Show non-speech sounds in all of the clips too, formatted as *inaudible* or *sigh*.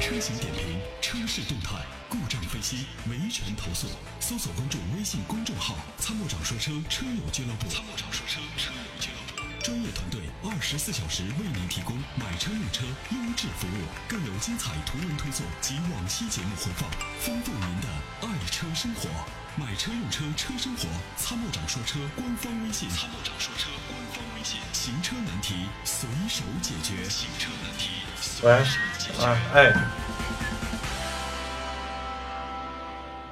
车型点评、车市动态、故障分析、维权投诉，搜索关注微信公众号“参谋长说车”车友俱乐部。参谋长说车，车友俱乐部，专业团队二十四小时为您提供买车用车优质服务，更有精彩图文推送及往期节目回放，丰富您的爱车生活。买车用车车生活，参谋长说车官方微信。参谋长说车官方微信，行车难题随手解决。行车难题随喂，手解决。啊，哎，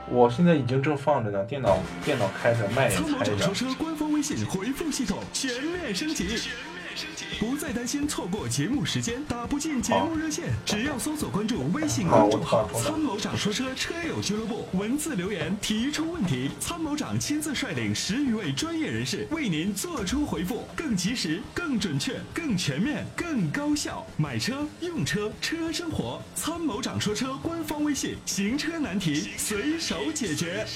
我现在已经正放着呢，电脑电脑开着，麦也参谋开长着说。车官方微信回复系统全面升级，不再担心错过节目时间，打不进节目热线，只要搜索关注微信公众号好“我知道参谋长说车车友俱乐部”，文字留言提出问题，参谋长亲自率领十余位专业人士为您做出回复，更及时、更准确、更全面、更高效。买车、用车、车生活，参谋长说车官方微信，行车难题随手解决。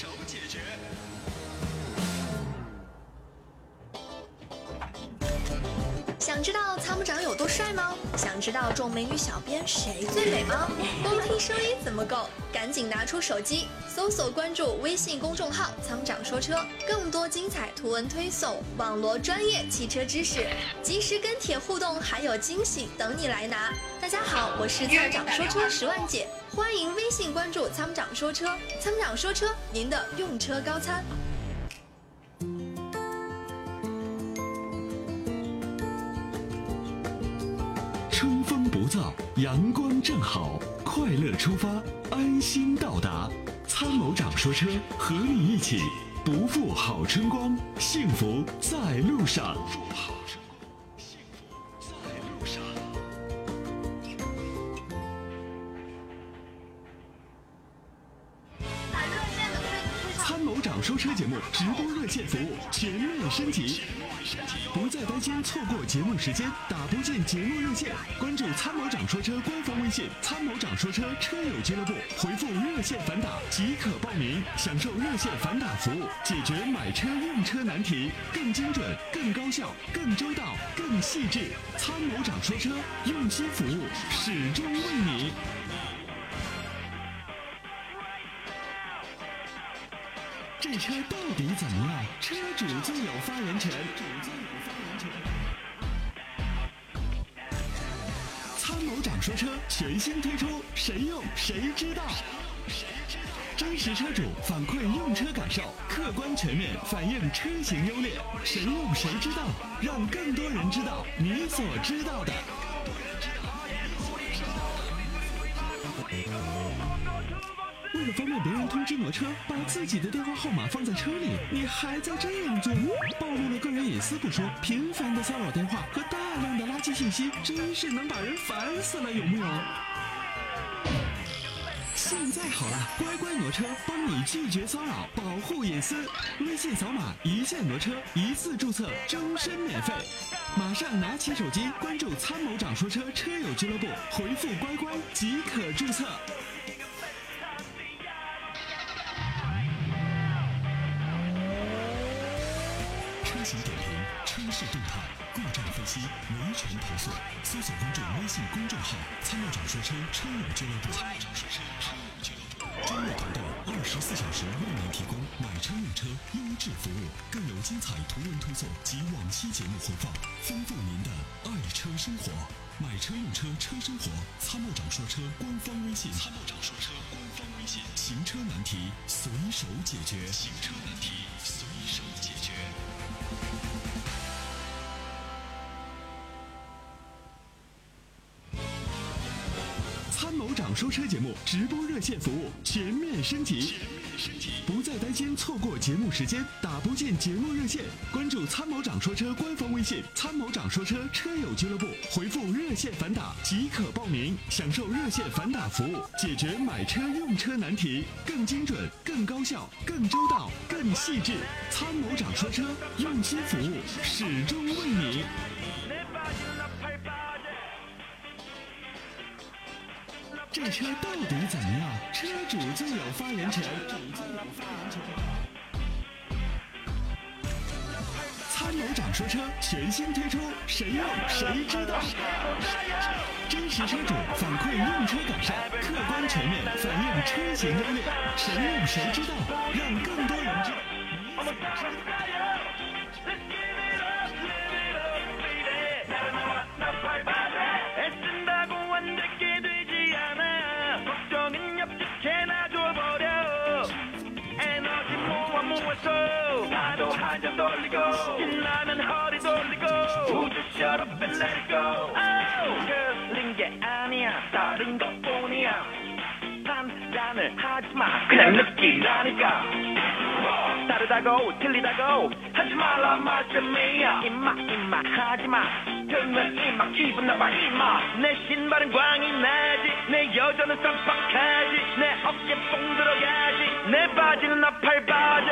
想知道参谋长有多帅吗？想知道众美女小编谁最美吗？光听声音怎么够？赶紧拿出手机，搜索关注微信公众号“参谋长说车”，更多精彩图文推送、网罗专业汽车知识，及时跟帖互动，还有惊喜等你来拿。大家好，我是参谋长说车十万姐，欢迎微信关注“参谋长说车”，参谋长说车，您的用车高参。春风不燥，阳光正好，快乐出发，安心到达。参谋长说车，和你一起不负好春光，幸福在路上。参谋长说车节目直播热线服务全面升级，不再担心错过节目时间，打不进节目热线，关注参谋长说车官方微信“参谋长说车车友俱乐部”，回复“热线反打”即可报名，享受热线反打服务，解决买车用车难题，更精准、更高效、更周到、更细致。参谋长说车，用心服务，始终为你。这车到底怎么样？车主最有发言权。参谋长说车全新推出，谁用谁知道。真实车主反馈用车感受，客观全面反映车型优劣，谁用谁知道，让更多人知道你所知道的。为了方便别人通知挪车，把自己的电话号码放在车里，你还在这样做，暴露了个人隐私不说，频繁的骚扰电话和大量的垃圾信息，真是能把人烦死了，有木有？现在好了，乖乖挪车帮你拒绝骚扰，保护隐私。微信扫码一键挪车，一次注册，终身免费。马上拿起手机关注“参谋长说车”车友俱乐部，回复“乖乖”即可注册。车型点评、车市动态、故障分析、维权投诉，搜索关注微信公众号“参谋长说车”车友俱乐部。参谋长说车车友俱乐部，专业团队二十四小时为您提供买车用车优质服务，更有精彩图文推送及往期节目回放，丰富您的爱车生活。买车用车车生活，参谋长说车官方微信。参谋长说车官方微信，行车难题随手解决。行车难题随手解决。参谋长说车节目直播热线服务全面升级，不再担心错过节目时间，打不进节目热线，关注参谋长说车官方微信“参谋长说车车友俱乐部”，回复“热线反打”即可报名，享受热线反打服务，解决买车用车难题，更精准、更高效、更周到、更细致。参谋长说车，用心服务，始终为你。这车到底怎么样？车主最有发言权。参谋长说车全新推出，谁用谁知道。真实车主反馈用车改善，客观全面反映出行攻略，谁用谁知道，让更多人知道你怎么知道。 애쓴다고 완벽해 되지 않아 걱정은 옆집에 놔줘버려 에너지 모아 모아서 나도 한잔 돌리고 신나는 허리 돌리고 우주 shut up and let it go oh, 끌린 게 아니야 다른 것 뿐이야 판단을 하지마 그냥 느끼라니까 다르다고 틀리다고 하지 말라 말씀이야 임마 임마 하지마 듣는 임마 기분 나빠 임마 내 신발은 광이 나지 내 여자는 깜빡하지 내 어깨 뽕 들어가지 내 바지는 나팔 바지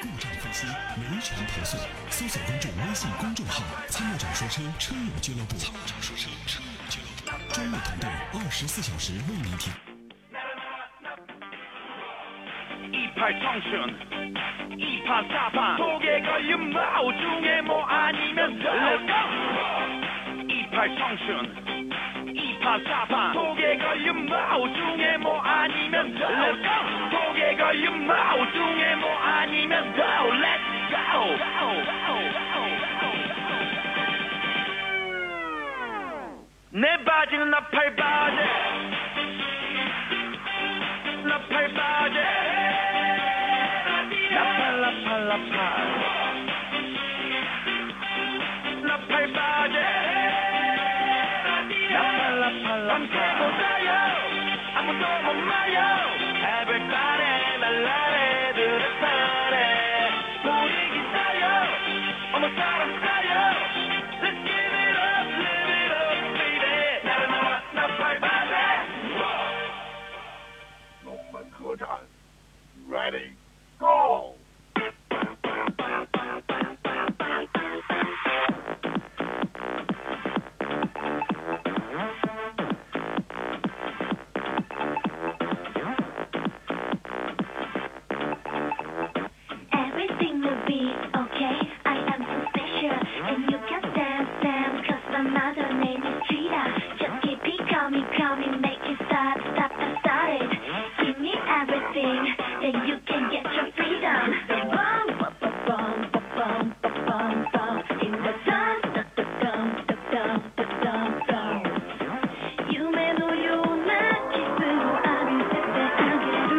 故障分析，维权投诉，搜索关注微信公众号“参谋长说车车友俱乐部”。参谋长说车车友俱乐部，专业团队二十四小时为您提。 이팔 청춘 이판 사판 속에 걸린 마우 중에 뭐 아니면 렛츠고 이팔 청춘 이판 사판 속에 걸린 마우 중에 뭐 아니면 렛츠고 속에 걸린 마우 중에 뭐 아니면 go 렛츠고 내 바지는 나팔 바지 나팔 바지 나팔 나팔 나팔 나팔 바지 나팔 나팔 나팔 못해요 아무도 못 말려 Everybody 날라래 들었다래 우리 기다려 어머 사랑하여 Let's give it up, live it up, baby 나를 나와 나팔 바지 Ready, go! Everything will be okay. I am so special, and you can dance, dance. Cause my mother name is Gita. Just keep it coming, coming, make it stop, stop, stop, stop it. Give me everything, then you can get your freedom. The bomb, ba ba bomb, ba bomb, ba bomb, bomb. In the dance, da da dum, da dum, da dum, dum. 夢のようなキスを浴びせてあげる。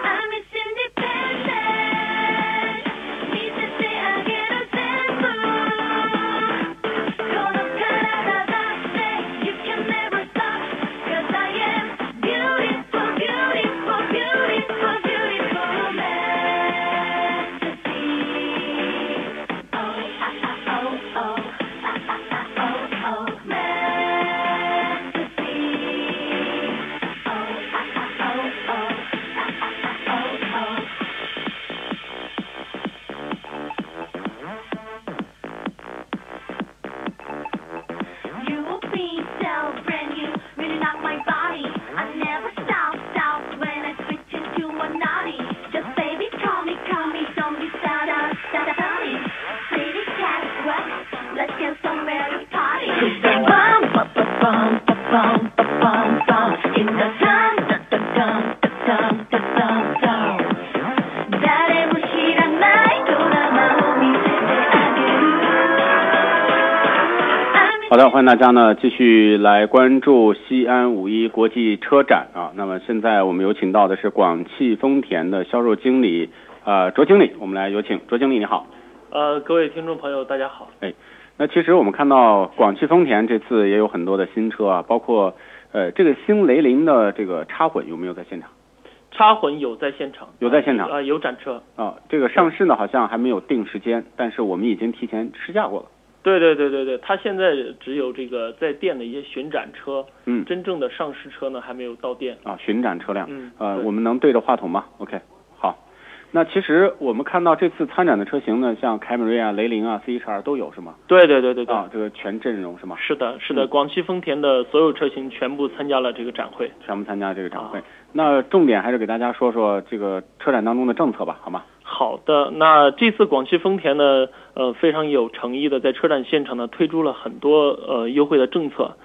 I'm its independent 見せてあげる全部この体だって You can never stop Cause I am beautiful, beautiful, beautiful, beautiful masterpiece Oh, ah, ah, oh, oh, ah, ah, ah, oh, oh, masterpiece Oh, ah, ah, oh, oh, ah, ah, ah, oh, oh. You be so brand new, really not my body. I never stop, stop when I switch into a naughty. Just baby, call me, call me, don't be sad, uh, sad, uh, sorry. Pretty cat, what? Let's get somewhere to party. Bum, ba, ba, bum, ba, bum, ba, bum, bum. In the sun, da, da, dum, da, dum, da, dum, dum. 誰も知らないドラマを見せてあげる。好的，欢迎大家呢继续来关注西安五一国际车展啊。那么现在我们有请到的是广汽丰田的销售经理，呃，卓经理，我们来有请卓经理，你好。呃，各位听众朋友，大家好。那其实我们看到广汽丰田这次也有很多的新车啊，包括呃这个新雷凌的这个插混有没有在现场？插混有在现场，有在现场啊、有展车，啊，这个上市呢好像还没有定时间，但是我们已经提前试驾过了。对对对对对，它现在只有这个在店的一些巡展车，嗯真正的上市车呢还没有到店。啊，巡展车辆。嗯呃，对我们能对着话筒吗？OK，好。那其实我们看到这次参展的车型呢，像凯美瑞啊、雷凌啊、C H R 都有是吗？对对对对对，啊，这个全阵容是吗？是的，是的，嗯广汽丰田的所有车型全部参加了这个展会。全部参加这个展会。啊那重点还是给大家说说这个车展当中的政策吧，好吗？好的，那这次广汽丰田呢，呃，非常有诚意的在车展现场呢推出了很多呃优惠的政策。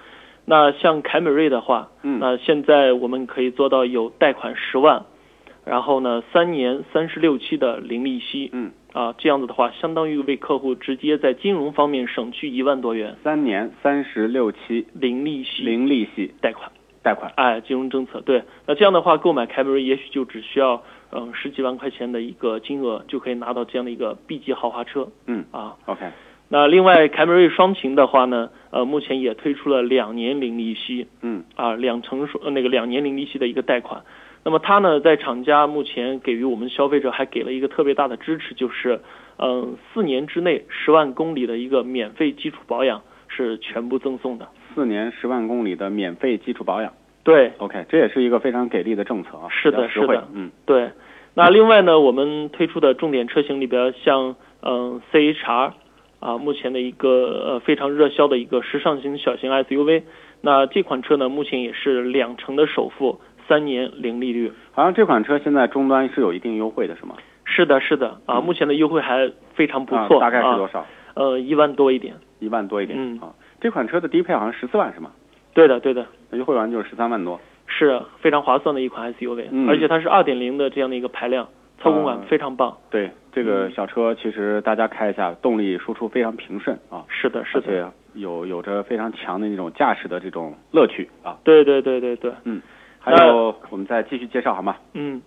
那像凯美瑞的话，嗯那现在我们可以做到有贷款十万，然后呢三年三十六期的零利息，嗯，啊，这样子的话，相当于为客户直接在金融方面省去一万多元三年三十六期零利息零利息贷款。贷款。哎，金融政策对。那这样的话，购买凯美瑞也许就只需要嗯、呃十几万块钱的一个金额，就可以拿到这样的一个 B 级豪华车。嗯啊， OK，那另外凯美瑞双擎的话呢，呃，目前也推出了两年零利息嗯啊，两成数呃那个两年零利息的一个贷款。那么它呢，在厂家目前给予我们消费者还给了一个特别大的支持，就是嗯、呃四年之内十万公里的一个免费基础保养是全部赠送的。四年十万公里的免费基础保养。对， OK，这也是一个非常给力的政策啊，是的比较实惠是的嗯对，那另外呢，我们推出的重点车型里边，像嗯 CHR 啊，目前的一个呃非常热销的一个时尚型小型 SUV，那这款车呢，目前也是两成的首付，三年零利率。好像这款车现在终端是有一定优惠的，是吗？是的，是的，啊，嗯目前的优惠还非常不啊错，大概是多啊？少？呃，一万多一点。一万多一点、嗯啊。这款车的低配好像十四万是吗？对的，对的，那优惠完就是十三万多。是非常划算的一款 SUV，、嗯而且它是二点零的这样的一个排量，操控感嗯非常棒。对，这个嗯小车其实大家开一下，动力输出非常平顺啊，是的，是而的。且有有着非常强的那种驾驶的这种乐趣啊。对对对对对。还有，我们再继续介绍好吗？嗯，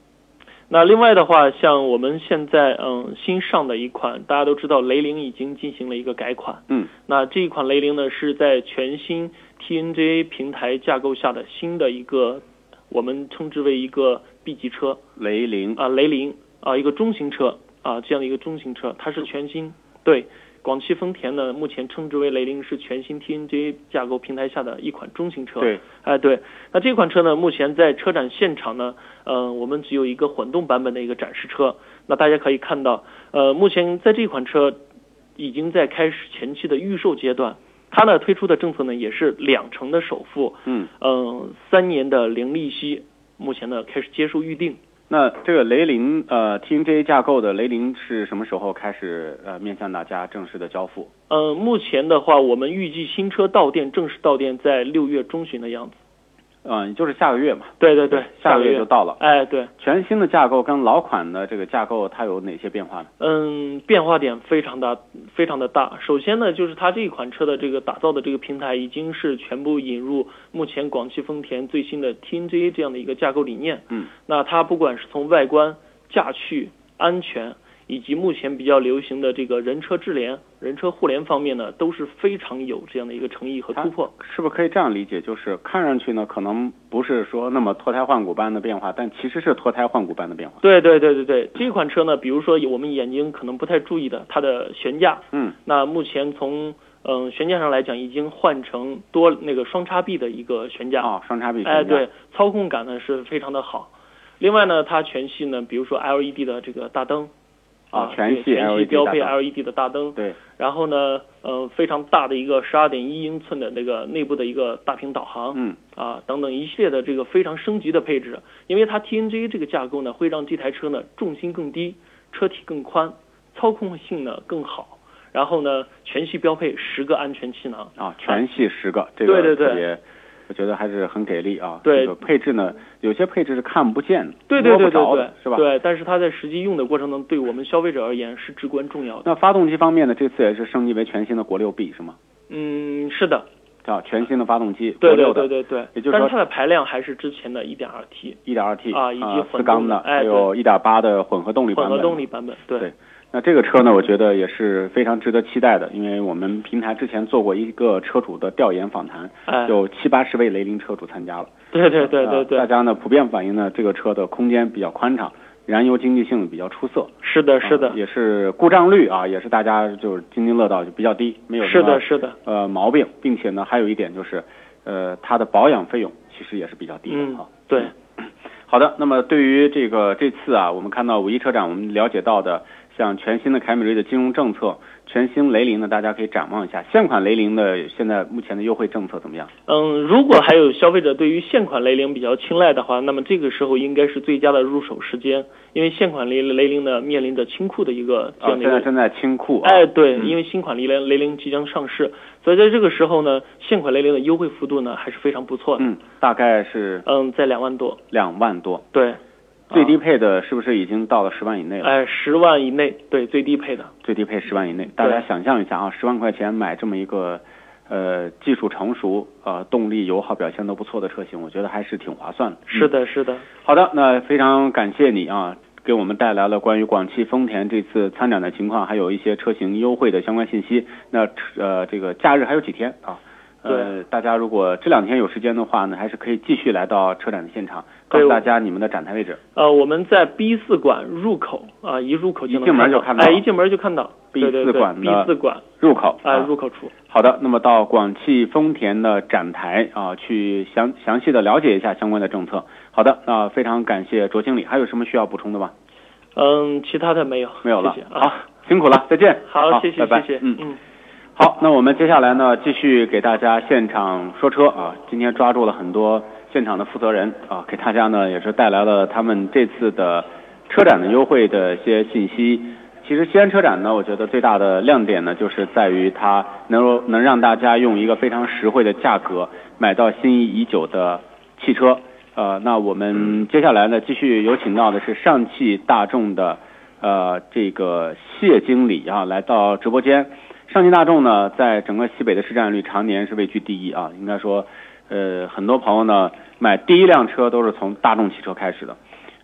那另外的话，像我们现在嗯新上的一款，大家都知道雷凌已经进行了一个改款。嗯，那这一款雷凌呢是在全新 TNGA 平台架构下的新的一个，我们称之为一个 B 级车雷凌啊、雷凌啊、一个中型车啊、这样的一个中型车，它是全新对。广汽丰田呢，目前称之为雷凌是全新 TNGA 架构平台下的一款中型车。对，哎，对，那这款车呢，目前在车展现场呢，呃，我们只有一个混动版本的一个展示车。那大家可以看到，呃，目前在这款车已经在开始前期的预售阶段，它呢推出的政策呢也是两成的首付，嗯，呃，三年的零利息，目前呢开始接受预定。那这个雷凌呃 TNGA 架构的雷凌是什么时候开始呃面向大家正式的交付？呃，目前的话，我们预计新车到店正式到店在六月中旬的样子。嗯、也就是下个月嘛，对对对，下个个月就到了。哎，对，全新的架构跟老款的这个架构它有哪些变化呢？嗯，变化点非常大，非常的大。首先呢，就是它这款车的这个打造的这个平台，已经是全部引入目前广汽丰田最新的 TNGA 这样的一个架构理念。嗯，那它不管是从外观、驾趣、安全，以及目前比较流行的这个人车智联、人车互联方面呢，都是非常有这样的一个诚意和它突破。是不是可以这样理解？就是看上去呢，可能不是说那么脱胎换骨般的变化，但其实是脱胎换骨般的变化。对对对对对，这款车呢，比如说有我们眼睛可能不太注意的，它的悬架，嗯，那目前从嗯、呃悬架上来讲，已经换成多那个双叉臂的一个悬架，哦，双叉臂悬架。哎，对，操控感呢是非常的好。另外呢，它全系呢，比如说 LED 的这个大灯，哦啊，全对系全系 LED 标配大灯 LED 的大灯，对，然后呢，呃，非常大的一个十二点一英寸的那个内部的一个大屏导航，嗯，啊等等一系列的这个非常升级的配置，因为它 TNGA 这个架构呢，会让这台车呢重心更低，车体更宽，操控性呢更好，然后呢全系标配十个安全气囊，啊、全系十个，这个哎对对对特别，我觉得还是很给力啊。对这个配置呢，有些配置是看不见的，对对对摸对不着对的，，是吧？对，但是它在实际用的过程中，对我们消费者而言是至关重要的。那发动机方面呢，这次也是升级为全新的国六 B 是吗？嗯，是的，叫全新的发动机，对对国六的对对对，也就是但说是它的排量还是之前的 1.2T 1.2T 啊以及呃四混动缸的，的哎还有1.8的混合动力版混本。合动力版本，对对那这个车呢，我觉得也是非常值得期待的，因为我们平台之前做过一个车主的调研访谈，哎，有七八十位雷凌车主参加了。对对对对呃大对，家呢普遍反映呢，这个车的空间比较宽敞，燃油经济性比较出色。是的，是的啊，也是故障率啊，也是大家就是津津乐道，就比较低，没有什是么的，是的，呃毛病，并且呢，还有一点就是，呃，它的保养费用其实也是比较低的嗯啊。，对，好的，那么对于这个这次啊，我们看到五一车展，我们了解到的像全新的凯美瑞的金融政策，全新雷凌呢，大家可以展望一下，现款雷凌的现在目前的优惠政策怎么样？嗯，如果还有消费者对于现款雷凌比较青睐的话，那么这个时候应该是最佳的入手时间，因为现款雷雷凌呢面临着清库的一个这啊，样的一现在个。正在清库啊，哎，对，嗯因为新款雷凌雷凌即将上市，所以在这个时候呢，现款雷呃凌的优惠幅度呢还是非常不错的。嗯，大概是嗯，在两万多，两万多，对，最低配的是不是已经到了十万以内了？啊哎，十万以内，对，最低配的。最低配十万以内。大家想象一下啊，十万块钱买这么一个，呃，技术成熟、呃，动力、油耗表现都不错的车型，我觉得还是挺划算的。是嗯的，是的，好的，那非常感谢你啊，给我们带来了关于广汽丰田这次参展的情况，还有一些车型优惠的相关信息。那呃，这个假日还有几天啊？呃，大家如果这两天有时间的话呢，还是可以继续来到车展的现场，告对诉我大家你们的展台位置。呃，我我们在 B 四馆入口啊、一入口就能一进门就看看到哎，一进门就看到 B 对对对四馆 B 的四馆入口啊、入口处。好的，那么到广汽丰田的展台啊，去详详细的了解一下相关的政策。好的，那非常感谢卓经理，还有什么需要补充的吗？嗯，其他的没有，没有了。谢谢好啊，，辛苦了，再见。好，谢谢，拜拜谢谢，嗯，嗯，好，那我们接下来呢，继续给大家现场说车啊。今天抓住了很多现场的负责人啊，给大家呢也是带来了他们这次的车展的优惠的一些信息。其实西安车展呢，我觉得最大的亮点呢，就是在于它能够能让大家用一个非常实惠的价格买到心仪已久的汽车。呃，那我们接下来呢，继续有请到的是上汽大众的呃这个谢经理啊，来到直播间。上汽大众呢，在整个西北的市占率常年是位居第一啊，应该说，呃，很多朋友呢买第一辆车都是从大众汽车开始的。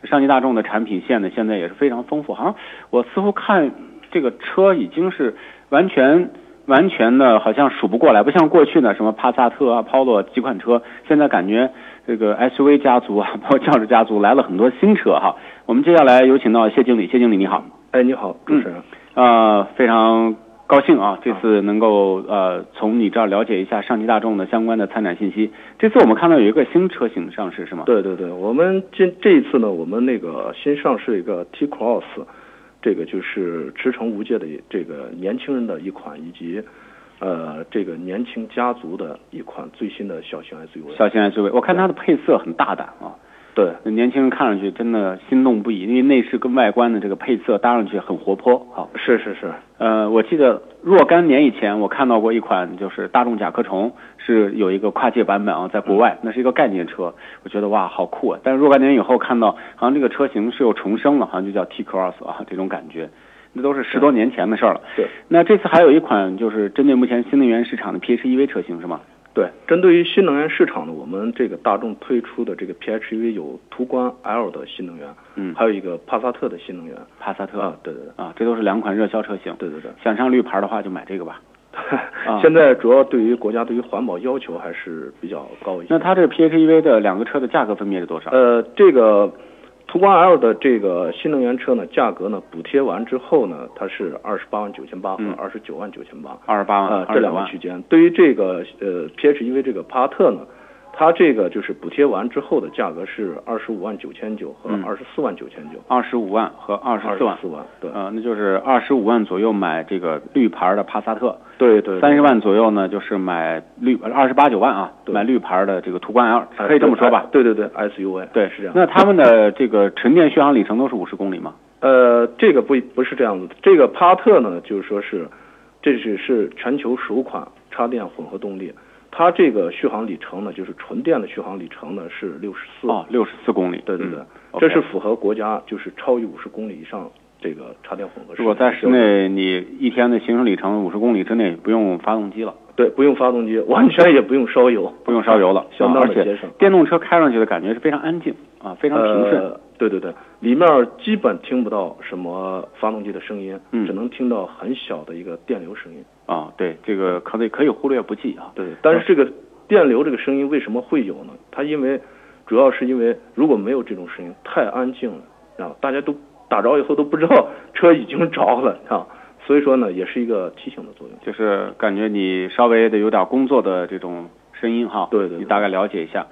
上汽大众的产品线呢，现在也是非常丰富，好像我似乎看这个车已经是完全完全的，好像数不过来，不像过去呢，什么帕萨特啊、Polo 几款车，现在感觉这个 SUV 家族啊，包括轿车家族来了很多新车哈。我们接下来有请到谢经理，谢经理你好。哎，你好，嗯主持人。呃，非常高兴啊，这次能够呃从你这儿了解一下上汽大众的相关的参展信息。这次我们看到有一个新车型上市是吗？对对对，我们这这一次呢，我们那个新上市一个 T Cross，这个就是驰骋无界的这个年轻人的一款，以及呃这个年轻家族的一款最新的小型 SUV。小型 SUV，我看它的配色很大胆啊，对年轻人看上去真的心动不已，因为内饰跟外观的这个配色搭上去很活泼啊。是是是，呃，我记得若干年以前我看到过一款就是大众甲壳虫，是有一个跨界版本啊，在国嗯外，那是一个概念车，我觉得哇好酷啊！但是若干年以后看到，好像这个车型是又重生了，好像就叫 T Cross 啊，这种感觉，那都是十多年前的事儿了。嗯对，那这次还有一款就是针对目前新能源市场的 PHEV 车型是吗？对，针对于新能源市场呢，我们这个大众推出的这个 PHEV 有途观 L 的新能源，嗯还有一个帕萨特的新能源。帕萨特啊，对对对，啊，这都是两款热销车型。对对对。想上绿牌的话就买这个吧。啊 *laughs* 现在主要对于国家对于环保要求还是比较高一些。那它这个 PHEV 的两个车的价格分别是多少？呃，这个途观 L 的这个新能源车呢，价格呢补贴完之后呢，它是二十八万九千八和嗯啊二十九万九千八，二十八万，呃，这两29个万区间。对于这个呃 PHEV 这个帕萨特呢，它这个就是补贴完之后的价格是二十五万九千九和嗯二十四万九千九，二十五万和二十二四万，四万，对，呃，那就是二十五万左右买这个绿牌的帕萨特，对对，三十万左右呢就是买绿二十八九万啊，对买绿牌的这个途观 L，哎可以这么说吧？对对对，SUV，对，是这样。那他们的这个纯电续航里程都是五十公里吗？呃，这个不不是这样子的，这个帕萨特呢，就是说是，这是是全球首款插电混合动力，它这个续航里程呢，就是纯电的续航里程呢是六十四。哦，六十四公里。对对对嗯，这 OK 是符合国家就是超于五十公里以上这个插电混合。如果在室，内，你一天的行驶里程五十公里之内不用发动机了，对，不用发动机，完全也不用烧油， *laughs* 不用烧油了， *laughs* 相啊当而的且节省。电动车开上去的感觉是非常安静啊，非常平顺。呃，对对对，里面基本听不到什么发动机的声音，嗯只能听到很小的一个电流声音。啊，对，这个可以可以忽略不计啊。对，但是这个电流这个声音为什么会有呢？它因为主要是因为如果没有这种声音，太安静了，啊，大家都打着以后都不知道 *laughs* 车已经着了啊，所以说呢，也是一个提醒的作用。就是感觉你稍微的有点工作的这种声音哈，对对嗯对你大概了解一下。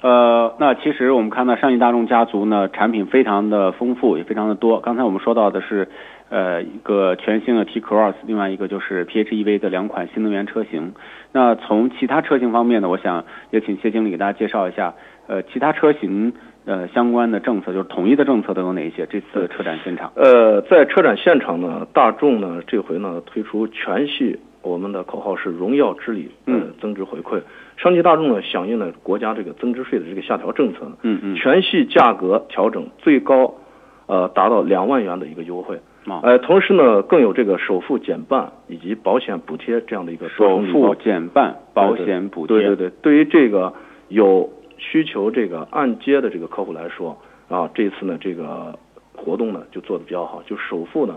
呃，那其实我们看到上汽大众家族呢，产品非常的丰富，也非常的多。刚才我们说到的是，呃，一个全新的 T Cross，另外一个就是 PHEV 的两款新能源车型。那从其他车型方面呢，我想也请谢经理给大家介绍一下，呃，其他车型呃相关的政策，就是统一的政策都有哪一些？这次车展现场，呃，在车展现场呢，大众呢这回呢推出全系，我们的口号是“荣耀之旅”，呃嗯，增值回馈。上汽大众呢响应了国家这个增值税的这个下调政策呢，嗯嗯，全系价格调整最高，呃，达到两万元的一个优惠。哦呃，同时呢，更有这个首付减半以及保险补贴这样的一个多首重礼包付减半，保险补贴，对对对，对于这个有需求这个按揭的这个客户来说，啊，这次呢这个活动呢就做的比较好，就首付呢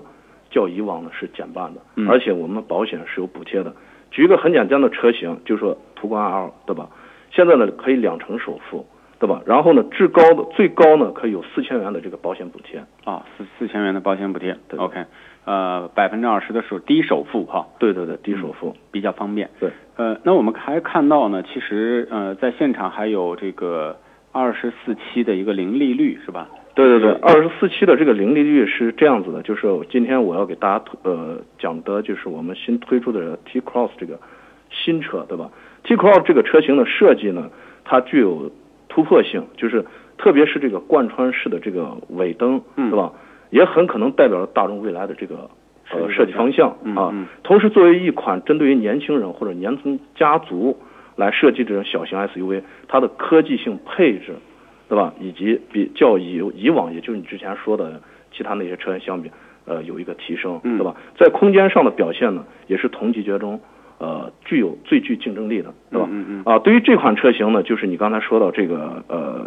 较以往呢是减半的，嗯而且我们保险是有补贴的。举一个很简单的车型，就说途观 L，对吧？现在呢可以两成首付，对吧？然后呢，至高的最高呢可以有四千元的这个保险补贴。啊，四四千元的保险补贴对，OK，呃，百分之二十的首低首付哈、嗯对对对，低首付。比较方便。对，呃，那我们还看到呢，其实呃，在现场还有这个二十四期的一个零利率是吧？对对对，是二十四期的这个零利率是这样子的，就是今天我要给大家推呃讲的就是我们新推出的 T Cross 这个新车，对吧？T Cross 这个车型的设计呢，它具有突破性，就是特别是这个贯穿式的这个尾灯，嗯对吧？也很可能代表了大众未来的这个呃设设计计方方向嗯啊。嗯同时，作为一款针对于年轻人或者年轻家族来设计这种小型 SUV，它的科技性配置，对吧？以及比较以以往，也就是你之前说的其他那些车型相比，呃，有一个提升，嗯对吧？在空间上的表现呢，也是同级别中，呃，具有最具竞争力的，对吧？嗯嗯嗯啊，对于这款车型呢，就是你刚才说到这个呃，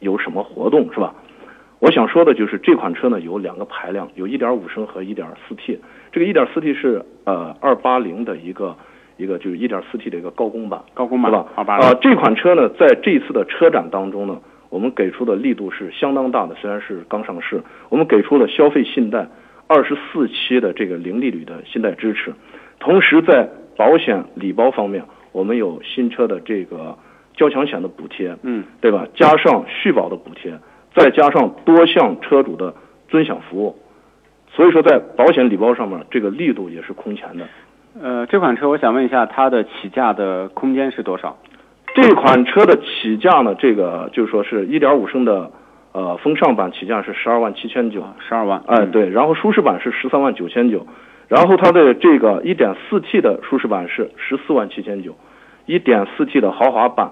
有什么活动是吧？我想说的就是这款车呢有两个排量，有1.5升和 1.4T。这个 1.4T 是呃280的一个一个就是 1.4T 的一个高功版，高功版对吧？ 280啊、这款车呢在这次的车展当中呢，我们给出的力度是相当大的，虽然是刚上市，我们给出了消费信贷24期的这个零利率的信贷支持，同时在保险礼包方面，我们有新车的这个交强险的补贴，嗯，对吧？加上续保的补贴，再加上多项车主的尊享服务，所以说在保险礼包上面，这个力度也是空前的。呃，这款车我想问一下，它的起价的空间是多少？这款车的起价呢，这个就是说是1.5升的呃风尚版起价是十二万七千九，十二万。哎嗯，对，然后舒适版是十三万九千九，然后它的这个1 4 T 的舒适版是十四万七千九，1 4 T 的豪华版，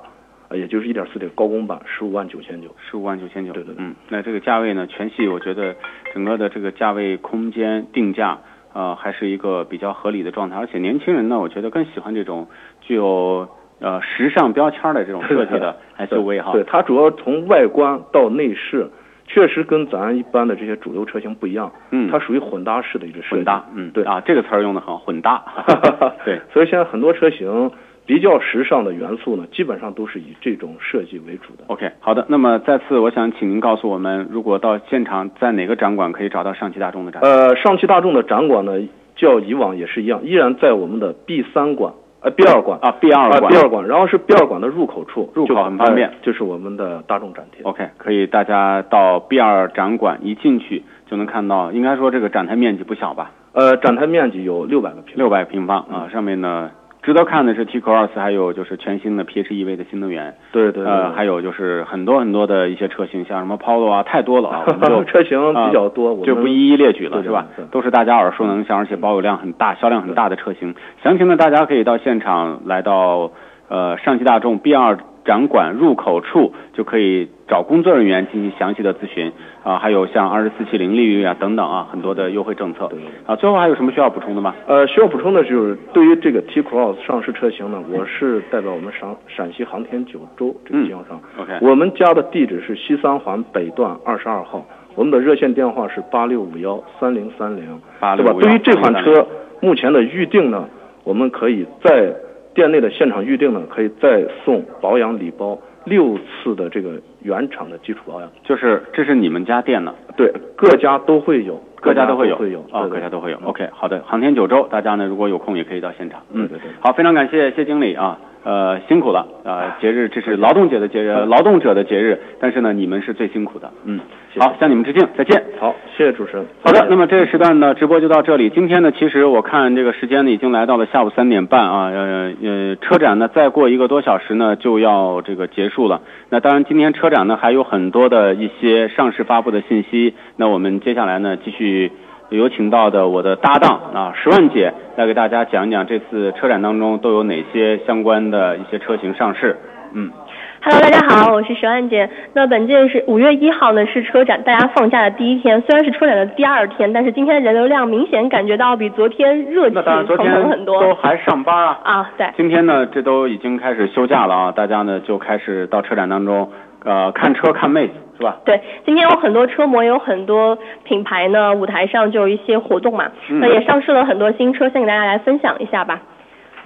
呃也就是1 4 T 的高功版十五万九千九。十五万九千九，对对对嗯，那这个价位呢，全系我觉得整个的这个价位空间定价，呃，还是一个比较合理的状态，而且年轻人呢，我觉得更喜欢这种具有呃时尚标签的这种设计的 SUV 哈，对，它主要从外观到内饰，确实跟咱一般的这些主流车型不一样，嗯，它属于混搭式的一个设计。混搭，嗯，对，啊，这个词儿用的好，混搭 *laughs* 对，所以现在很多车型比较时尚的元素呢，基本上都是以这种设计为主的。 OK，好的，那么再次我想请您告诉我们，如果到现场在哪个展馆可以找到上汽大众的展？呃，上汽大众的展馆呢，较以往也是一样，依然在我们的 B 三馆，呃 B 二馆。啊，B 二啊馆，B 二馆，然后是 B 二馆的入口处，入口就很方便呃就是我们的大众展厅。 OK，可以，大家到 B 二展馆一进去就能看到，应该说这个展台面积不小吧，呃，展台面积有六百个平方。六百平方啊。上面呢，值得看的是 T Cross，还有就是全新的 PHEV 的新能源，对对对。呃，还有就是很多很多的一些车型，像什么 Polo 啊，太多了 *laughs* 啊，我们就啊车型比较多，我就们不一一列举了，对是吧对对？都是大家耳熟能详，而且保有量很大、销量很大的车型。详情呢，大家可以到现场来到呃上汽大众 B 二展馆入口处，就可以找工作人员进行详细的咨询啊、还有像二十四期零利率啊等等啊，很多的优惠政策对对。啊，最后还有什么需要补充的吗？呃，需要补充的就是，对于这个 T Cross 上市车型呢，我是代表我们陕陕西航天九州这嗯个经销商。 OK 我们家的地址是西三环北段二十二号，我们的热线电话是八六五幺三零三零， 8651对吧？对于这款车，目前的预定呢，我们可以在店内的现场预定呢，可以再送保养礼包，六次的这个原厂的基础保养，就是这是你们家店的，对，各家都会有，各家家都会有，会有，哦，对各家都会有。嗯 OK，好的，航天九州，大家呢如果有空也可以到现场。嗯，对对对好，非常感谢谢经理啊，呃，辛苦了啊，节日这是劳动节的节日，劳动者的节日，但是呢你们是最辛苦的，嗯，谢谢好，向你们致敬，再见。好，谢谢主持人。好谢的谢，那么这个时段呢，直播就到这里。今天呢，其实我看这个时间呢，已经来到了下午三点半啊，呃呃，车展呢，再过一个多小时呢，就要这个结束了。那当然，今天车展呢，还有很多的一些上市发布的信息。那我们接下来呢，继续有请到的我的搭档啊，石万姐来给大家讲一讲这次车展当中都有哪些相关的一些车型上市。嗯， Hello，大家好，我是石万姐。那本届是五月一号呢，是车展大家放假的第一天，虽然是车展的第二天，但是今天人流量明显感觉到比昨天热气那当然，昨腾天腾很都多还上班啊。啊。对，今天呢，这都已经开始休假了啊，大家呢就开始到车展当中，呃，看车看妹子是吧？对，今天有很多车模，有很多品牌呢，舞台上就有一些活动嘛。嗯那也上市了很多新车，先给大家来分享一下吧。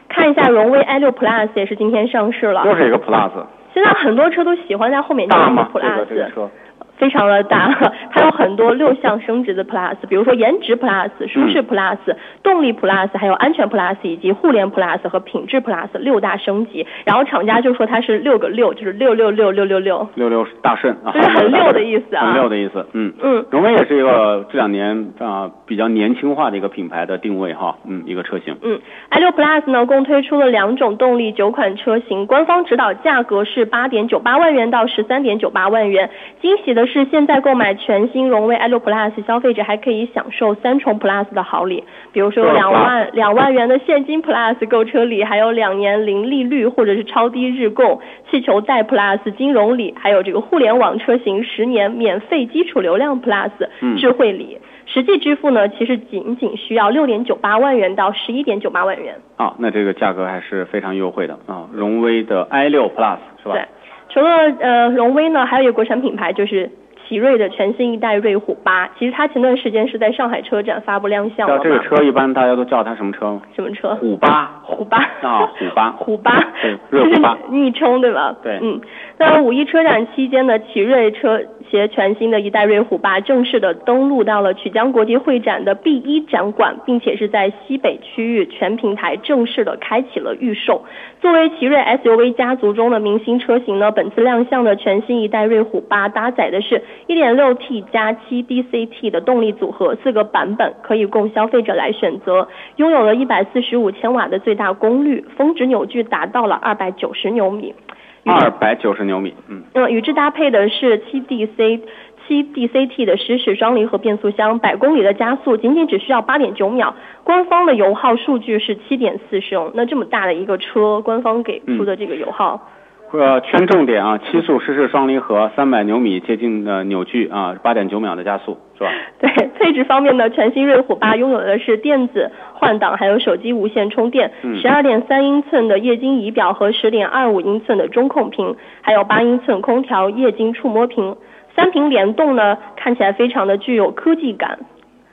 看一下荣威 i 六 Plus 也是今天上市了，又是一个 Plus，现在很多车都喜欢在后面大加一个吗？这 Plus，、个这个车，非常的大， *laughs* 它有很多六项升值的 Plus，比如说颜值 Plus、舒嗯适 Plus、动力 Plus，还有安全 Plus 以及互联 Plus 和品质 Plus 六大升级。然后厂家就说它是六个六，就是六六六六六六。六六大顺啊，就是很溜的意思啊很溜的意思，嗯。嗯，荣威也是一个这两年啊、比较年轻化的一个品牌的定位哈，嗯，一个车型。嗯，i6 Plus 呢共推出了两种动力，九款车型，官方指导价格是八点九八万元到十三点九八万元。惊喜的是，现在购买全新荣威 i6 Plus 消费者还可以享受三重 Plus 的好礼，比如说有对两万两万元的现金 Plus 购车礼，还有两年零利率或者是超低日供、气球贷 Plus 金融礼，还有这个互联网车型十年免费基础流量 Plus 嗯智慧礼。实际支付呢，其实仅仅需要六点九八万元到十一点九八万元。啊，那这个价格还是非常优惠的啊，荣威的 i 六 Plus 是吧？对，除了呃荣威呢，还有一个国产品牌就是奇瑞的全新一代瑞虎八。其实它前段时间是在上海车展发布亮相了叫嘛？这个车一般大家都叫它什么车吗？什么车？虎八。虎八啊虎八 *laughs* 虎八，对瑞虎 *laughs* 八这是昵称对吧？对嗯，那五一车展期间呢，奇瑞车携全新的一代瑞虎八正式的登陆到了曲江国际会展的 B 一展馆，并且是在西北区域全平台正式的开启了预售。作为奇瑞 SUV 家族中的明星车型呢，本次亮相的全新一代瑞虎八搭载的是 1.6T 加 7DCT 的动力组合，四个版本可以供消费者来选择，拥有了145千瓦的最大功率，峰值扭矩达到了290牛米。与二百九十牛米，嗯，嗯，与之搭配的是 7DC。七 DCT 的湿式双离合变速箱，百公里的加速仅仅只需要八点九秒，官方的油耗数据是七点四升。那这么大的一个车，官方给出的这个油耗，嗯呃，圈重点啊，七速湿式双离合，三百牛米接近的扭矩啊，八点九秒的加速是吧？对配置方面呢，全新瑞虎八拥有的是电子换挡，还有手机无线充电嗯，十二点三英寸的液晶仪表和十点二五英寸的中控屏，还有八英寸空调液晶触摸屏。三屏联动呢，看起来非常的具有科技感。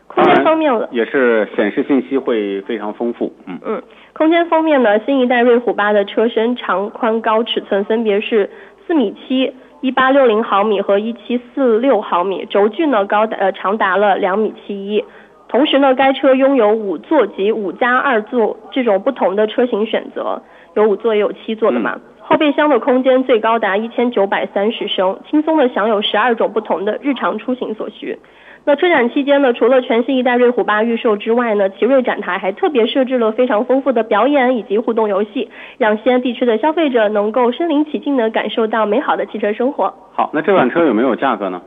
空当然间方面了，也是显示信息会非常丰富，嗯，嗯，空间方面呢，新一代瑞虎八的车身长、宽、高、尺寸分别是四米七、一八六零毫米和一七四六毫米，轴距呢高达呃长达了两米七一。同时呢，该车拥有五座及五加二座这种不同的车型选择，有五座也有七座的嘛。后备箱的空间最高达一千九百三十升，轻松的享有十二种不同的日常出行所需。那车展期间呢，除了全新一代瑞虎八预售之外呢，奇瑞展台还特别设置了非常丰富的表演以及互动游戏，让西安地区的消费者能够身临其境的感受到美好的汽车生活。好，那这款车有没有价格呢？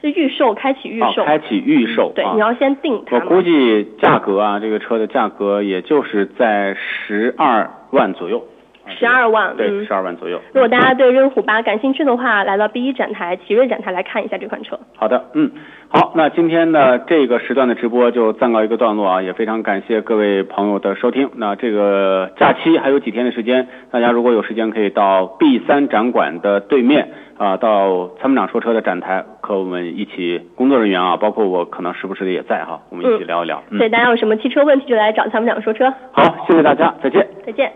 是预售，开启预啊，售，嗯开启预售对，啊你。要先定它我嘛。估计价格啊，这个车的价格也就是在十二万左右，十二万，对，嗯十。二万左右。如果大家对瑞虎八感兴趣的话，来到 B 一展台、奇瑞展台来看一下这款车。好的，嗯，好，那今天呢这个时段的直播就暂告一个段落啊，也非常感谢各位朋友的收听。那这个假期还有几天的时间，大家如果有时间可以到 B 三展馆的对面啊，到参谋长说车的展台和我们一起工作人员啊，包括我可能时不时的也在哈，我们一起嗯聊一聊。嗯所以，大家有什么汽车问题就来找参谋长说车。好，谢谢大家，再见。再见。